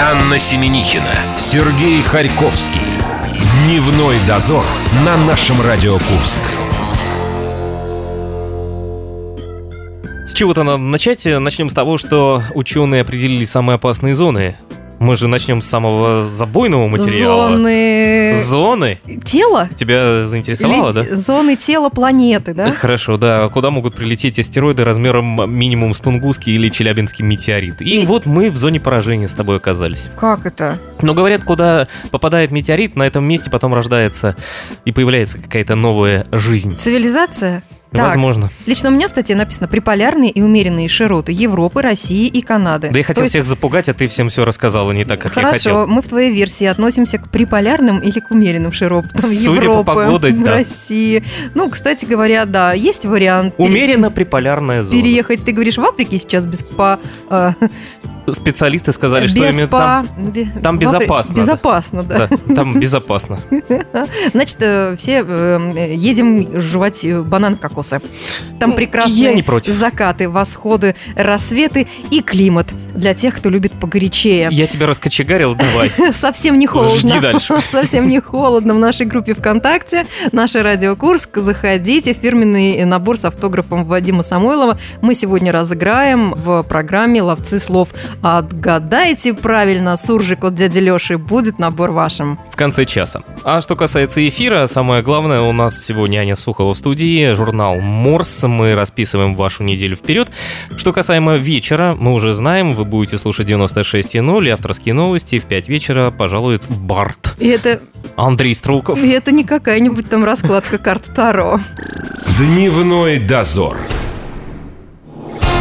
Анна Семенихина, Сергей Харьковский. Дневной дозор на нашем Радио Курск. С чего-то надо начать. Начнем с того, что ученые определили самые опасные зоны. Мы же начнем с самого забойного материала. Зоны... Зоны? Тела? Тебя заинтересовало, да? Или Зоны тела планеты, да? Хорошо, да. А Куда могут прилететь астероиды размером минимум с Тунгусский или Челябинский метеорит? И, И- вот мы в зоне поражения с тобой оказались. Как это? Но говорят, куда попадает метеорит, на этом месте потом рождается и появляется какая-то новая жизнь. Цивилизация? Так. Возможно. Лично у меня в статье написано «Приполярные и умеренные широты Европы, России и Канады». Да я хотел То есть- всех запугать, а ты всем все рассказала не так, как я Хорошо, хотел. мы в твоей версии относимся к приполярным или к умеренным широтам Судя по Европы, погоде, да. России. Ну, кстати говоря, да, есть вариант пере- Умеренно приполярная зона. переехать. Ты говоришь, в Африке сейчас без по... э, Специалисты сказали, что без именно по- там, бе- там в безопасно, да. Афри- Безопасно, да. да, там безопасно. Значит, э, все э, едем жевать э, банан кокосы. Там Ну, Я прекрасные не против. закаты, восходы, рассветы и климат для тех, кто любит погорячее. Я тебя раскочегарил, давай. Совсем не холодно. Жги дальше. Совсем не холодно в нашей группе ВКонтакте. Наше Радио Курск. Заходите. Фирменный набор с автографом Вадима Самойлова мы сегодня разыграем в программе «Ловцы слов». Отгадайте правильно, суржик от дяди Леши. Будет набор вашим. в конце часа. А что касается эфира, самое главное, у нас сегодня Аня Сухова в студии, журнал Морс, мы расписываем вашу неделю вперед. Что касаемо вечера, мы уже знаем, вы будете слушать 96.0 и авторские новости в 5 вечера пожалует Барт. И это, Андрей Струков. и это не какая-нибудь там раскладка карт Таро. Дневной дозор.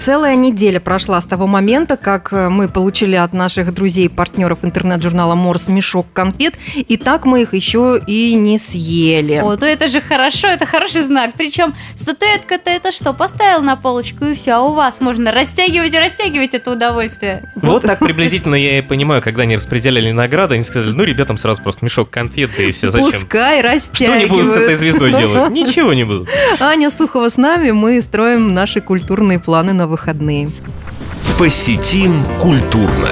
Целая неделя прошла с того момента, как э, мы получили от наших друзей и партнеров интернет-журнала «Морс» мешок конфет, и так мы их еще и не съели. О, ну это же хорошо, это хороший знак. Причем статуэтка-то это что, поставил на полочку и все, а у вас можно растягивать и растягивать это удовольствие. Вот так приблизительно я и понимаю, когда они распределяли награды, они сказали, ну, ребятам сразу просто мешок конфет, да и все, зачем? Пускай Что растягивают. они будут с этой звездой делать? Ничего не будут. Аня Сухова с нами, мы строим наши культурные планы на выходные. Посетим культурно.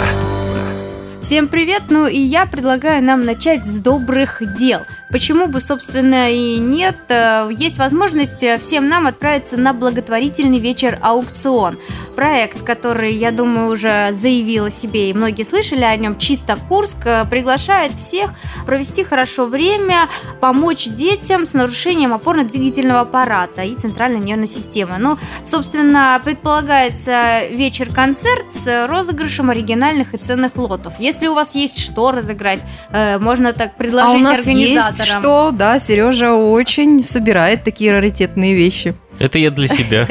Всем привет, ну и я предлагаю нам начать с добрых дел. Почему бы, собственно, и нет. Э, Есть возможность э, всем нам отправиться на благотворительный вечер аукцион. Проект, который, я думаю, уже заявила себе и многие слышали о нем, Чисто Курск, э, приглашает всех провести хорошо время, помочь детям с нарушением опорно-двигательного аппарата и центральной нервной системы. Ну, Собственно, предполагается вечер-концерт с розыгрышем оригинальных и ценных лотов. Если у вас есть что разыграть, э, можно так предложить а у нас организаторам. есть что, да, Сережа очень собирает такие раритетные вещи. Это я для себя.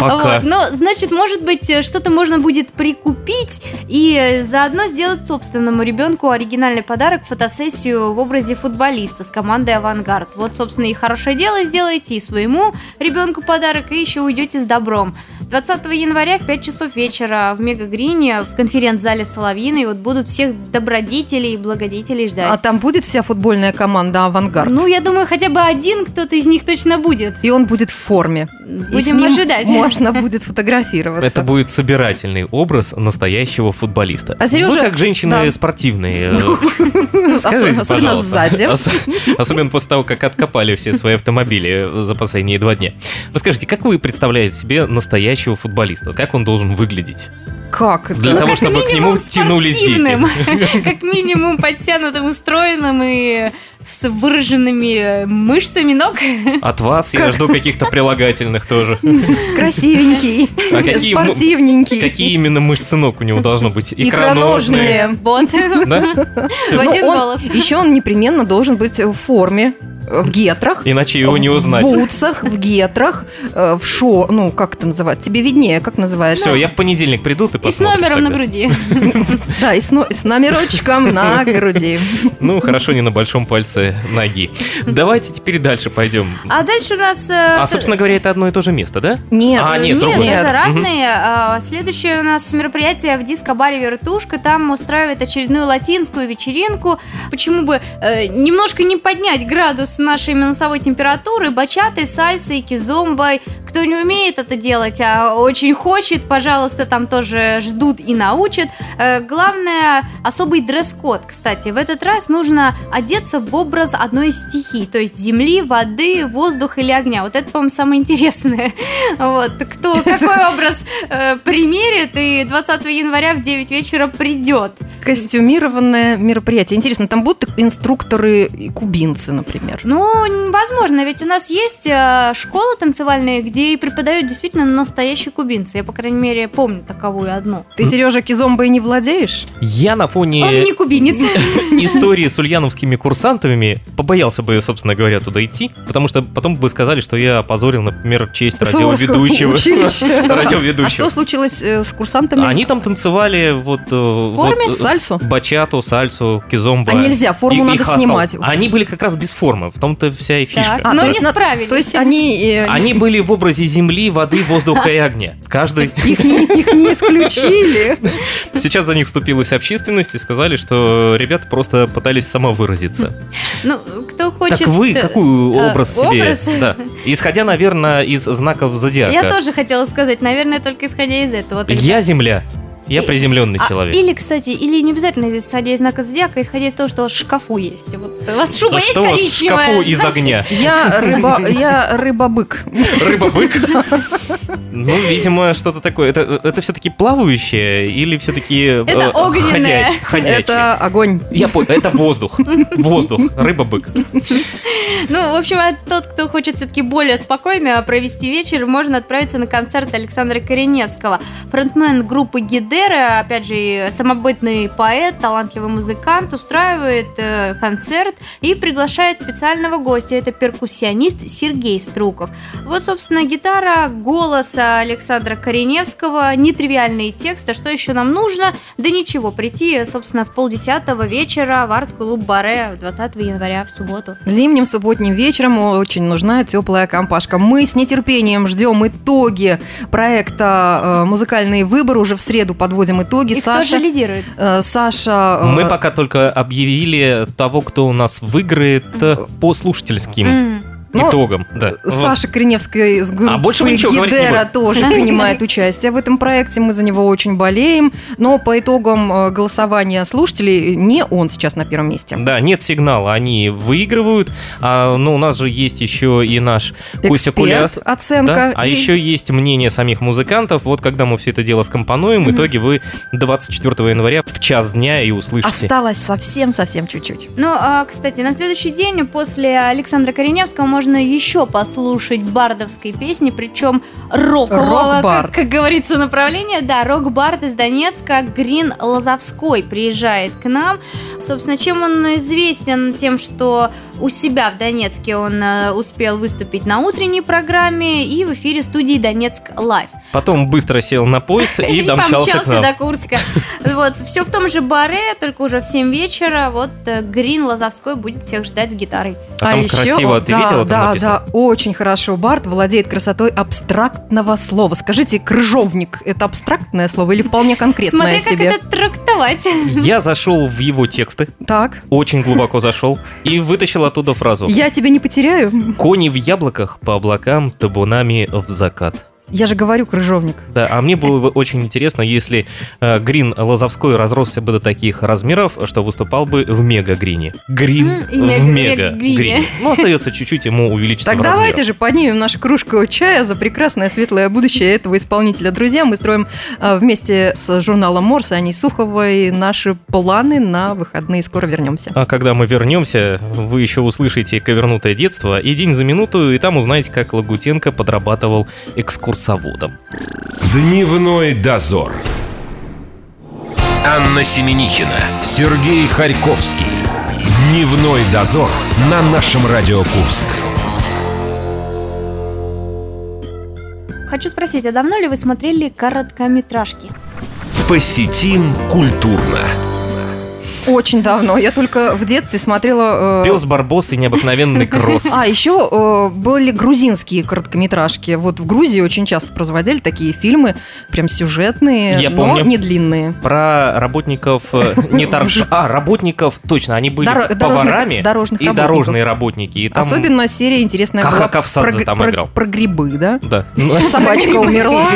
Пока. Вот, ну, значит, может быть, э, что-то можно будет прикупить и э, заодно сделать собственному ребенку оригинальный подарок фотосессию в образе футболиста с командой Авангард. Вот, собственно, и хорошее дело сделаете, и своему ребенку подарок, и еще уйдете с добром. 20 января в 5 часов вечера в Мегагрине в конференц-зале Соловьиной вот будут всех добродетелей и благодетелей А ждать. там будет вся футбольная команда «Авангард». Ну, я думаю, хотя бы один кто-то из них точно будет. И он будет в форме. И с Будем ним ожидать. Можно будет фотографироваться. Это будет собирательный образ настоящего футболиста. А Серёжа- Вы как женщины да. спортивные. э, скажите, Ну, Особенно особенно пожалуйста. сзади. Ос- Особенно после того, как откопали все свои автомобили за последние два дня. Расскажите, как вы представляете себе настоящего футболиста? Как он должен выглядеть? Как это? Для Ну, того, как чтобы к нему минимум тянулись спортивным. Как минимум подтянутым, устроенным и с выраженными мышцами ног. От вас я жду каких-то прилагательных тоже. Красивенький, А какие мы- спортивненький, Какие именно мышцы ног у него должно быть? икроножные. Вот. Да? В Ну, один он- голос. Еще он непременно должен быть в форме. э, в гетрах. Иначе его не узнать. В бутсах, в гетрах, э, в шо... Ну, как это называется? Тебе виднее, как называется? Все, я в понедельник приду, ты И с посмотришь номером на тогда. груди. Да, и с, но- и с номерочком на груди. Ну, хорошо, не на большом пальце ноги. Давайте теперь дальше пойдем. А дальше у нас... э, А, т- собственно говоря, это одно и то же место, да? Нет, А, э, нет, нет, другое. это Нет. разные. А, Следующее у нас мероприятие в диско-баре «Вертушка». Там устраивают очередную латинскую вечеринку. Почему бы э, немножко не поднять градус нашей минусовой температуры бачатой, сальсой, кизомбой. Кто не умеет это делать, а очень хочет, пожалуйста, там тоже ждут и научат. Э, Главное, особый дресс-код, кстати. В этот раз нужно одеться в образ одной из стихий, то есть земли, воды, воздуха или огня. Вот это, по-моему, самое интересное. Вот, кто какой образ э, примерит и 20 января в 9 вечера придет. э, костюмированное мероприятие. Интересно, там будут инструкторы и кубинцы, например? Ну, н- возможно, ведь у нас есть э, школы танцевальные, где и преподают действительно настоящие кубинцы. Я, по крайней мере, помню таковую одну. Ты, Сережа, кизомбой не владеешь? Я на фоне... Он не кубинец. истории с ульяновскими курсантами побоялся бы, собственно говоря, туда идти, потому что потом бы сказали, что я опозорил, например, честь Суворовского радиоведущего. училища. А Радиоведущего. что случилось э, с курсантами? Они там танцевали вот... э, вот, форме э, Сальсу? Бачату, сальсу, кизомбо. А нельзя, форму И- и надо хастл. снимать. Они были как раз без формы, в том-то вся и фишка. Так, ну А, но то не есть на- справились. То а есть они... э, Они были в образе земли, воды, воздуха и огня. Каждый. Их не, их не исключили. Сейчас за них вступилась общественность и сказали, что э, ребята просто пытались самовыразиться. Ну, кто хочет... Так вы э, какую э, образ себе? образ? Да. Исходя, наверное, из знаков зодиака. Я тоже хотела сказать, наверное, только исходя из этого. тогда. Я земля. Я И- приземленный А, человек. Или, кстати, или не обязательно здесь исходя из знака зодиака, а исходя из того, что у вас в шкафу есть. Вот у вас шуба А есть что у вас в коричневая. шкафу из знаешь? огня? Я, рыба, я рыбобык. Рыба-бык? Ну, видимо, что-то такое. Это, э, это все-таки плавающее или все-таки... Это огненное. Ходячее? Это огонь. Я понял, это воздух. Воздух. Рыба-бык. Ну, в общем, а тот, кто хочет все-таки более спокойно провести вечер, можно отправиться на концерт Александра Кореневского. Фронтмен группы Гидера, опять же, и самобытный поэт, талантливый музыкант, устраивает э, концерт и приглашает специального гостя. Это перкуссионист Сергей Струков. Вот, собственно, гитара, голос Александра Кореневского, нетривиальные тексты. Что еще нам нужно? Да ничего, прийти, собственно, в полдесятого вечера в арт-клуб Баре 20 января в субботу. Зимним субботним вечером очень нужна теплая компашка. Мы с нетерпением ждем итоги проекта э, «Музыкальный выбор». Уже в среду подводим итоги. И кто же Саша, лидирует? э, Саша э, Мы пока только объявили того, кто у нас выиграет э, по слушательским М. ну, итогам. Да. Вот. Саша Кореневская из группы А больше мы ничего говорить не «Гидера» будем. тоже принимает участие в этом проекте. Мы за него очень болеем. Но по итогам э, голосования слушателей не он сейчас на первом месте. Да, нет сигнала, они выигрывают. А, ну, у нас же есть еще и наш Костя Эксперт, Кулерас. оценка. Да? А И- еще есть мнение самих музыкантов. Вот когда мы все это дело скомпонуем, Мгм. итоги вы 24 января в час дня и услышите. Осталось совсем-совсем чуть-чуть. Ну, а, кстати, на следующий день после Александра Кореневского можно еще послушать бардовской песни, причем рокового, Рок-бард. как, как говорится, направления. Да, рок-бард из Донецка, Грин Лозовской приезжает к нам. Собственно, чем он известен? Тем, что у себя в Донецке он э, успел выступить на утренней программе и в эфире студии «Донецк Лайв». Потом быстро сел на поезд и домчался к до нам. Курска. Вот, все в том же баре, только уже в 7 вечера. Вот э, Грин Лозовской будет всех ждать с гитарой. А там ещё- красиво, ты да, видела, там да, написано? да, очень хорошо. Барт владеет красотой абстрактного слова. Скажите, крыжовник – это абстрактное слово или вполне конкретное Смотри, себе? как это трактовать. Я зашел в его тексты, Так, очень глубоко зашел, и вытащил оттуда фразу. я тебя не потеряю. Кони в яблоках, по облакам, табунами в закат. Я же говорю крыжовник. Да, а мне было бы очень интересно, если э, Грин Лозовской разросся бы до таких размеров, что выступал бы в мега-грине. Грин М, и в мега- мега-грине. мега-грине. Ну, остается чуть-чуть ему увеличиться Так в размерах. давайте же поднимем нашу кружку чая за прекрасное светлое будущее этого исполнителя. Друзья, мы строим э, вместе с журналом Морс и Аней Суховой наши планы на выходные. Скоро вернемся. А когда мы вернемся, вы еще услышите «Ковернутое детство» и «День за минуту», и там узнаете, как Лагутенко подрабатывал экскурсоводом. Дневной дозор. Анна Семенихина, Сергей Харьковский. Дневной дозор на нашем Радио Курск. Хочу спросить, а давно ли вы смотрели короткометражки? Посетим культурно. Очень давно. Я только в детстве смотрела... э, Пес Барбос и необыкновенный кросс. А, еще э, были грузинские короткометражки. Вот в Грузии очень часто производили такие фильмы, прям сюжетные, Я но помню. не длинные. Про работников, э, не торж, а работников, точно, они были Доро- дорожных- поварами дорожных и работников. дорожные работники. И там- Особенно серия интересная была Кахакавсадзе про, там про- играл. про грибы, да? Да. Ну, Собачка умерла,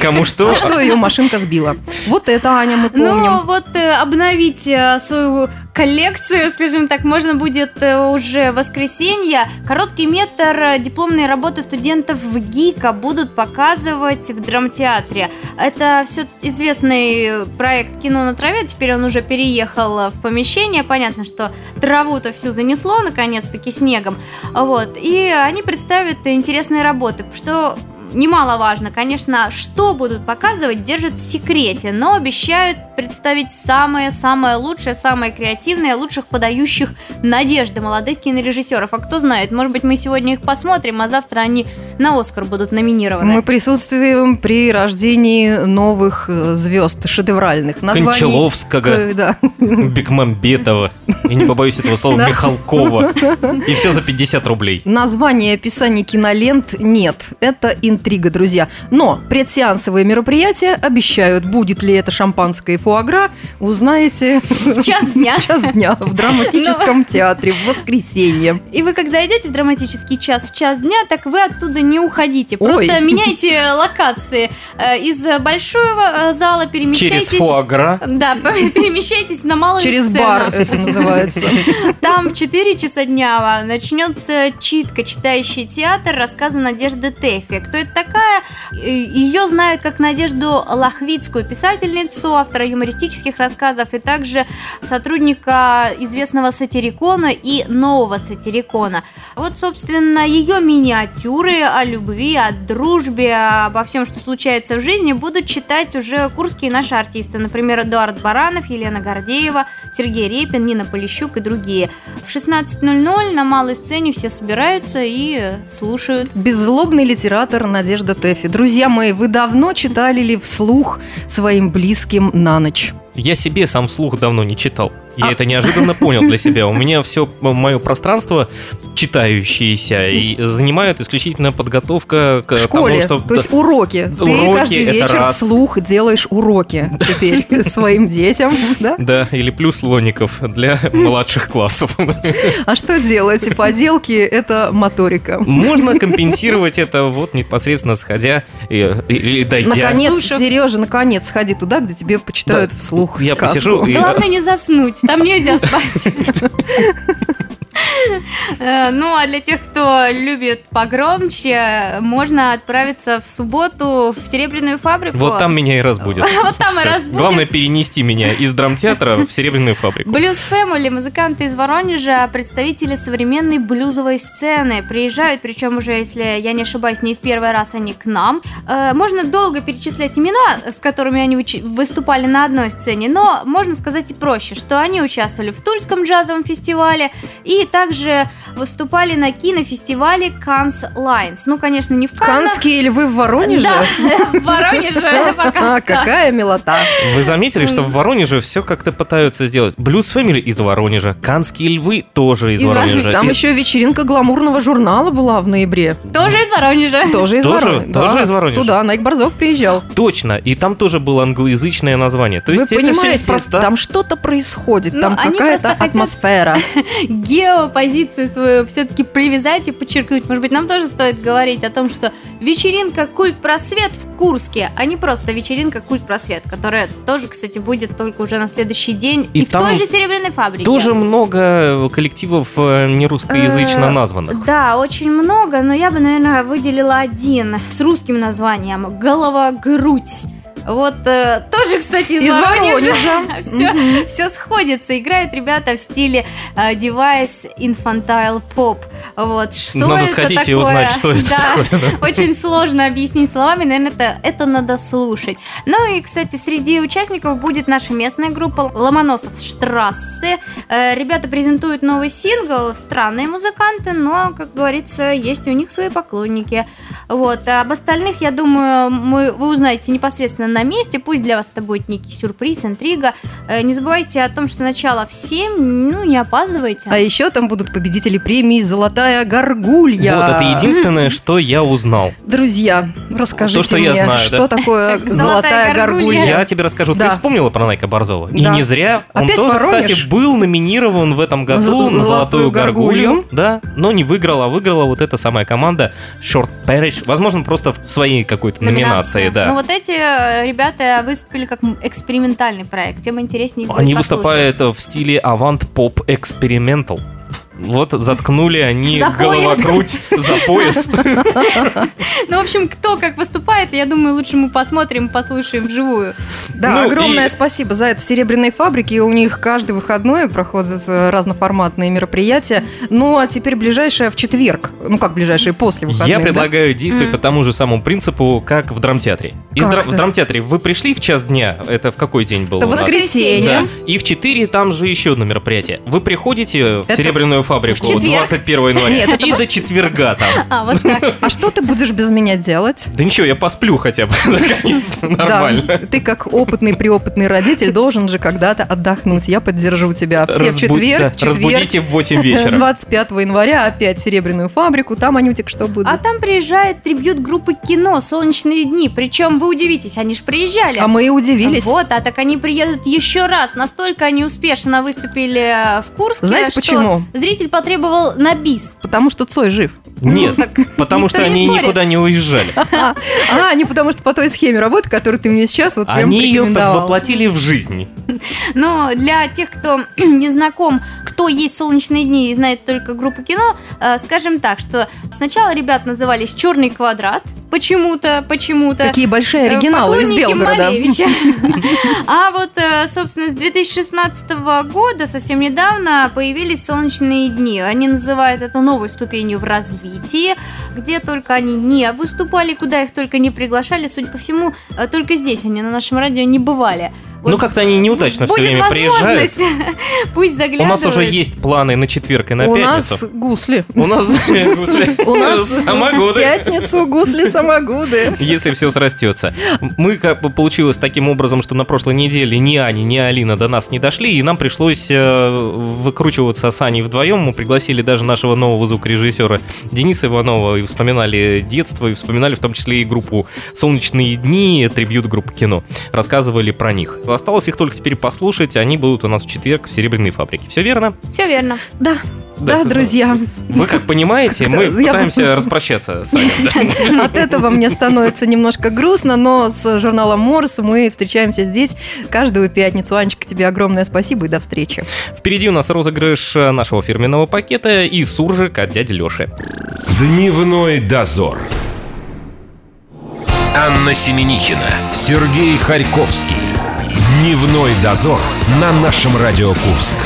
Кому что? а что ее машинка сбила. Вот это, Аня, мы Ну помним. вот э, обновить э, свою коллекцию, скажем так, можно будет э, уже в воскресенье. Короткий метр э, дипломные работы студентов в ГИКа будут показывать в драмтеатре. Это все известный проект «Кино на траве», теперь он уже переехал э, в помещение. Понятно, что траву-то всю занесло, наконец-таки, снегом. Вот. И они представят интересные работы, что немаловажно, конечно, что будут показывать, держат в секрете, но обещают представить самое-самое лучшее, самое креативное, лучших подающих надежды молодых кинорежиссеров. А кто знает, может быть, мы сегодня их посмотрим, а завтра они на Оскар будут номинированы. Мы присутствуем при рождении новых э, звезд, шедевральных. Названий... Кончаловского, Э, Да. Бекмамбетова, я не побоюсь этого слова, Да. Михалкова. И все за 50 рублей. Названий и описаний кинолент нет. Это интрига, друзья. Но предсеансовые мероприятия обещают. Будет ли это шампанское и фуагра, узнаете В час дня. Ну, в час дня в драматическом театре в воскресенье. И вы как зайдете в драматический час в час дня, так вы оттуда не уходите. Просто Ой. меняйте локации. Э, Из большого э, зала перемещайтесь... Через фуагра. Да, перемещайтесь на малую Через сцену. бар это называется. Там в 4 часа дня начнется читка «Читающий театр» рассказа Надежды Тэфи. Кто это такая? Э, Ее знают как Надежду Лохвицкую, писательницу, автора юмористических рассказов и также сотрудника известного сатирикона и нового сатирикона. Вот, собственно, ее миниатюры о любви, о дружбе, обо всем, что случается в жизни, будут читать уже курские наши артисты. Например, Эдуард Баранов, Елена Гордеева, Сергей Репин, Нина Полищук и другие. В 16.00 на малой сцене все собираются и э, слушают. Беззлобный литератор Надежда Тэфи. Друзья мои, вы давно читали ли вслух своим близким на ночь? Я себе сам вслух давно не читал. Я А. это неожиданно понял для себя. У меня все мое пространство читающееся и занимает исключительно подготовка к В школе, тому, то что есть уроки. Ты Уроки каждый это вечер раз. вслух делаешь уроки теперь своим детям, да? Да, или плюс слоников для младших классов. А что делать? Поделки – это моторика. Можно компенсировать это вот непосредственно сходя э, или дойдя. Наконец, Слушай. Сережа, наконец, сходи туда, где тебе почитают вслух Я сказку. посижу и- Главное не заснуть, там нельзя спать. Э, Ну, а для тех, кто любит погромче, можно отправиться в субботу в Серебряную фабрику. Вот там меня и разбудят. Вот там и Всё. разбудят. Главное перенести меня из драмтеатра в Серебряную фабрику. Блюз Фэмили, музыканты из Воронежа, представители современной блюзовой сцены. Приезжают, причем уже, если я не ошибаюсь, не в первый раз они к нам. Э, Можно долго перечислять имена, с которыми они учи- выступали на одной сцене, но можно сказать и проще, что они участвовали в Тульском джазовом фестивале и также выступали на кинофестивале Канс Лайнс. Ну, конечно, не в Каннах. Канские львы в Воронеже? Да, в Воронеже пока А, что. какая милота. Вы заметили, что в Воронеже все как-то пытаются сделать. Блюз Фэмили из Воронежа, Канские львы тоже из, Из Воронежа. Там И еще вечеринка гламурного журнала была в ноябре. Тоже из Воронежа. Тоже из Тоже? Воронежа. Тоже Да, из Воронежа? Туда Найк Борзов приезжал. Точно, и там тоже было англоязычное название. То Вы есть это все понимаете, неспроста. там что-то происходит, Ну, там они какая-то просто хотят- атмосфера. геопозицию свою все-таки привязать и подчеркнуть. Может быть, нам тоже стоит говорить о том, что вечеринка «Культ просвет» в Курске, а не просто вечеринка «Культ просвет», которая тоже, кстати, будет только уже на следующий день и, И в там той же серебряной фабрике. Тоже много коллективов э, нерусскоязычно Э, названных. Да, очень много, но я бы, наверное, выделила один с русским названием «Голова-грудь». Вот э, тоже, кстати, из, Из Воронежа. Воронежа. Все, Мгм. все сходится. Играют ребята в стиле э, девайс инфантайл поп. Вот что Надо это сходить такое? и узнать, что это Да. такое. Очень сложно объяснить словами, наверное, это, это надо слушать. Ну и, кстати, среди участников будет наша местная группа Ломоносов Штрассе. Э, Ребята презентуют новый сингл, странные музыканты, но, как говорится, есть у них свои поклонники. Вот, а об остальных, я думаю, мы, вы узнаете непосредственно на месте. Пусть для вас это будет некий сюрприз, интрига. Э, Не забывайте о том, что начало в 7, ну, не опаздывайте. А еще там будут победители премии «Золотая горгулья». Вот, это единственное, что я узнал. Друзья, расскажите То, что мне, я знаю, да. что такое «Золотая «Золотая горгулья». горгулья». Я тебе расскажу. Ты Да. вспомнила про Найка Борзова? И Да. не зря. Он Опять тоже, кстати, Воронеж? был номинирован в этом На году золо- на «Золотую «Золотую горгулью». горгулью. Да, но не выиграла, а выиграла вот эта самая команда Short Parish. Возможно, просто в своей какой-то номинации, Ну да. вот эти э, ребята выступили как м- экспериментальный проект, тем интереснее их будет Они послушать. выступают в стиле Avant Pop Experimental. Вот заткнули они За пояс. головокруть за пояс. Ну, в общем, кто как выступает, я думаю, лучше мы посмотрим, послушаем вживую. Да, Ну, огромное и- спасибо за это серебряной фабрики. У них каждый выходной проходят э, разноформатные мероприятия. Ну, а теперь ближайшее в четверг. Ну, как ближайшее, после выходных. Я да? предлагаю действовать Мгм. по тому же самому принципу, как в драмтеатре. Из Как дра- это? В драмтеатре вы пришли в час дня, это в какой день был? Это у нас? воскресенье. Да. И в 4 там же еще одно мероприятие. Вы приходите в Это Серебряную фабрику в четверг. 21 января Нет, это и до четверга там. А, вот так. А что ты будешь без меня делать? Да ничего, я посплю хотя бы, наконец-то, нормально. Да, ты как опытный приопытный родитель должен же когда-то отдохнуть. Я поддержу тебя. Все в Разбу- да, четверг, четверг, Разбудите в 8 вечера. 25 января опять серебряную фабрику. Там Анютик что будет? А там приезжает трибьют группы кино «Солнечные дни». Причем, вы удивитесь, они же приезжали. А мы и удивились. Вот, а так они приедут еще раз. Настолько они успешно выступили э, в Курске, Знаете что почему? зритель потребовал на бис. Потому что Цой жив. Ну, Нет, так потому никто что не они спорит. никуда не уезжали. А, а, не потому что по той схеме работы, которую ты мне сейчас вот прям Они ее порекомендовал. воплотили в жизнь. Но для тех, кто не знаком, кто есть «Солнечные дни» и знает только группу кино, э, скажем так, что сначала ребят назывались «Черный квадрат», почему-то, почему-то. Такие большие Э, оригиналы из поклонники Белгорода. Малевича. А вот, э, собственно, с 2016 года, совсем недавно, появились «Солнечные дни». Они называют это новой ступенью в развитии, где только они не выступали, куда их только не приглашали. Судя по всему, э, только здесь они на нашем радио не бывали. Вот Ну, как-то они неудачно все Будет время приезжают. возможность. Пусть заглядывают. У нас уже есть планы на четверг и на У нас пятницу. гусли. У нас У нас в самогоды. пятницу гусли самогуды. Если все срастется. Мы как бы получилось таким образом, что на прошлой неделе ни Аня, ни Алина до нас не дошли, и нам пришлось э, выкручиваться с Аней вдвоем. Мы пригласили даже нашего нового звукорежиссера Дениса Иванова и вспоминали детство, и вспоминали в том числе и группу «Солнечные дни», трибьют группы кино. Рассказывали про них. Осталось их только теперь послушать, они будут у нас в четверг в Серебряной фабрике. Все верно? Все верно. Да, да, друзья, Вы как понимаете, мы Как-то я- пытаемся распрощаться с вами. да. от этого мне становится немножко грустно, но с журналом Морс мы встречаемся здесь каждую пятницу. Анечка, тебе огромное спасибо и до встречи. Впереди у нас розыгрыш э, нашего фирменного пакета и суржик от дяди Леши. Дневной дозор. Анна Семенихина, Сергей Харьковский. Дневной дозор на нашем Радио Курск.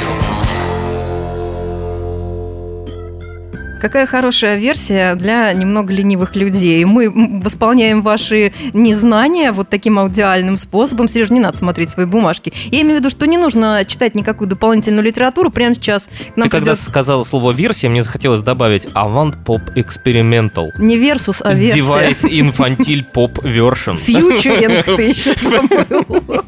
Какая хорошая версия для немного ленивых людей. Мы м, восполняем ваши незнания вот таким аудиальным способом. Сереж, не надо смотреть свои бумажки. Я имею в виду, что не нужно читать никакую дополнительную литературу прямо сейчас. К нам Ты когда придет сказала слово «версия», мне захотелось добавить «Avant Pop Experimental». не версус, а версия. Девайс Infantil Pop Version. Фьючеринг ты еще забыл.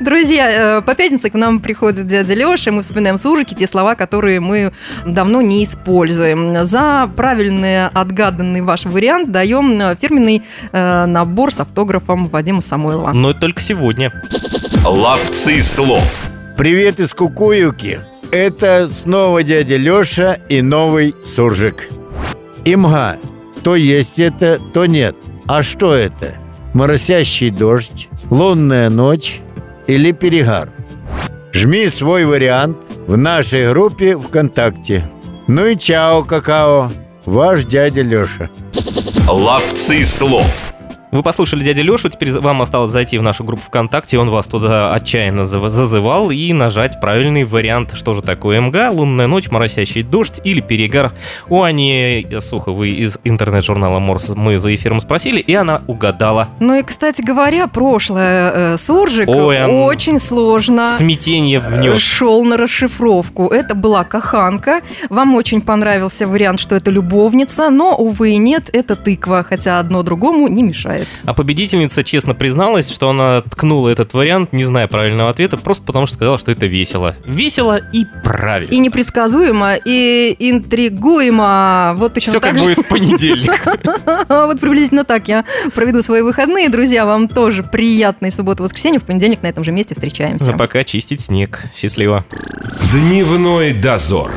Друзья, э, по пятнице к нам приходит дядя Леша, мы вспоминаем суржики, те слова, которые мы давно не используем. За правильный отгаданный ваш вариант даем э, фирменный э, набор с автографом Вадима Самойлова. Но это только сегодня. Ловцы слов. Привет из Кукуюки. Это снова дядя Леша и новый суржик. Имга. То есть это, то нет. А что это? Моросящий дождь, лунная ночь или перегар? Жми свой вариант в нашей группе ВКонтакте. Ну и чао, какао. Ваш дядя Леша. Ловцы слов. Вы послушали дядя Лешу, теперь вам осталось зайти в нашу группу ВКонтакте, он вас туда отчаянно зав- зазывал, и нажать правильный вариант, что же такое МГА, лунная ночь, моросящий дождь или а перегар. У Ани Суховой из интернет-журнала Морс мы за эфиром спросили, и она угадала. Ну и, кстати говоря, прошлое э, Суржик Ой, он очень сложно Смятение внес. шел на расшифровку. Это была каханка. Вам очень понравился вариант, что это любовница, но, увы и нет, это тыква, хотя одно другому не мешает. А победительница честно призналась, что она ткнула этот вариант, не зная правильного ответа, просто потому что сказала, что это весело. Весело и правильно. И непредсказуемо, и интригуемо. Вот точно Все так как же. будет в понедельник. Вот приблизительно так я проведу свои выходные. Друзья, вам тоже приятной субботы-воскресенье. В понедельник на этом же месте встречаемся. А пока чистить снег. Счастливо. Дневной дозор.